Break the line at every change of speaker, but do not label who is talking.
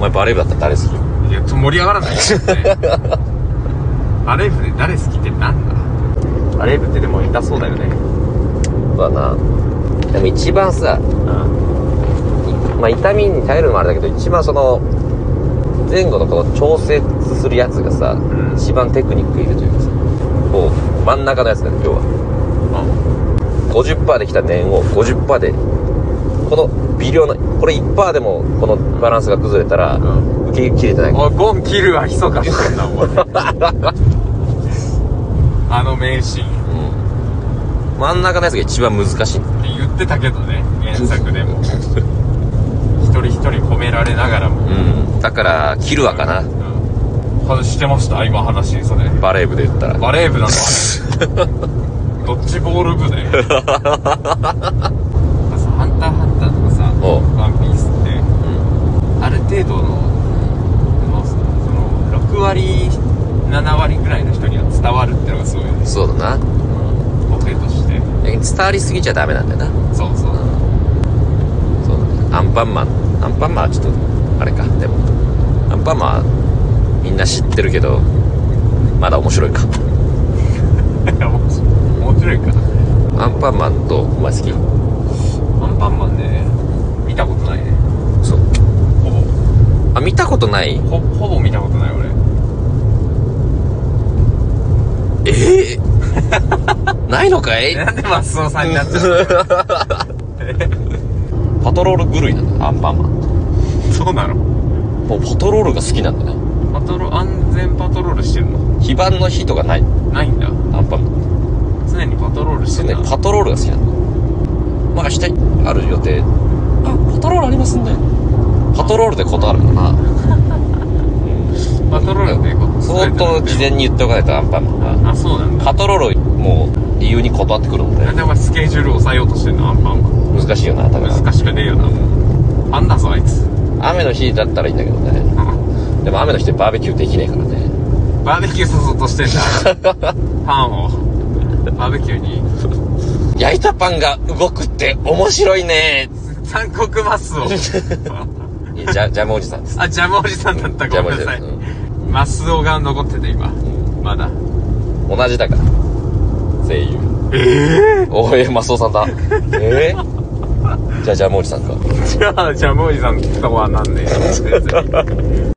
前バレー部だったら誰する
いや盛り上がらないですねバレー部で誰好きってなんだバレー部ってでも痛そうだよね
だなでも一番さ、
うん
いまあ、痛みに耐えるのもあれだけど一番その前後のこの調節するやつがさ、
ん
一番テクニックいるというかさこう真ん中のやつだね要は50%できた念を50%でこの微量のこれ1%でもこのバランスが崩れたら、
うん
受け切れてない
あゴン切るはひそかしてんなお前あの名シーンっ
うん真ん中のやつが一番難しい
て言ってたけどね原作でも一人一人褒められながらも
うんだからキルアかな
うん話してました今話それ
バレー部で言ったら
バレー部なのあ れドッジボール部 だよさハンターハンターとかさ
おう
ワンピースって
うん
ある程度ののその6割7割ぐらいの人には伝わるってのがすごいね
そうだな
僕として
伝わりすぎちゃダメなんだよな
そう そう
そうアンパンマンアンパンマンはちょっとあれかでもアンパンマンはみんな知ってるけどまだ面白いか
いや面白い面白いか
アンパンマンとお前好き
アンパンマンね見たことないね
そう
ほぼ
あ見たことない
ほほぼ見たことない俺
え えないのか い
なんでマスオさんになっちゃう
パトロール狂いなんだアンパンマン
そうなの
もうパトロールが好きなんだな
パトロ安全パトロールしてるの
非番の日とかない
ないんだ
アンパンマン
常にパトロールして
常
んだ
にパトロールが好きなんだなんかしてある予定あパトロールありますんでパトロールで断るかな
パトロールってこと
相当事前に言っておかないとアンパンマンは
あそうなんだ
パトロールもう理由に断ってくるの
なん
で
でお前スケジュール抑えようとしてんのアンパンは
難しいよな多分
難しくねえよなもうあんだぞあいつ
雨の日だったらいいんだけどねでも雨の日ってバーベキューできねえからね
バーベキューさそうとしてんだ パンをバーベキューに
焼いたパンが動くって面白いね
残酷マス を
いやジャジャムおじさんです
あジャムおじさんだった
ジャ
ご
ムお
め
じさ
んなさ
ん
い
です
マスオが残ってて今まだ
うん同じだから声優ええおいマスオさんだええじゃあジャムおじさんか
じゃあジャムおじさんとはなんねえよ別に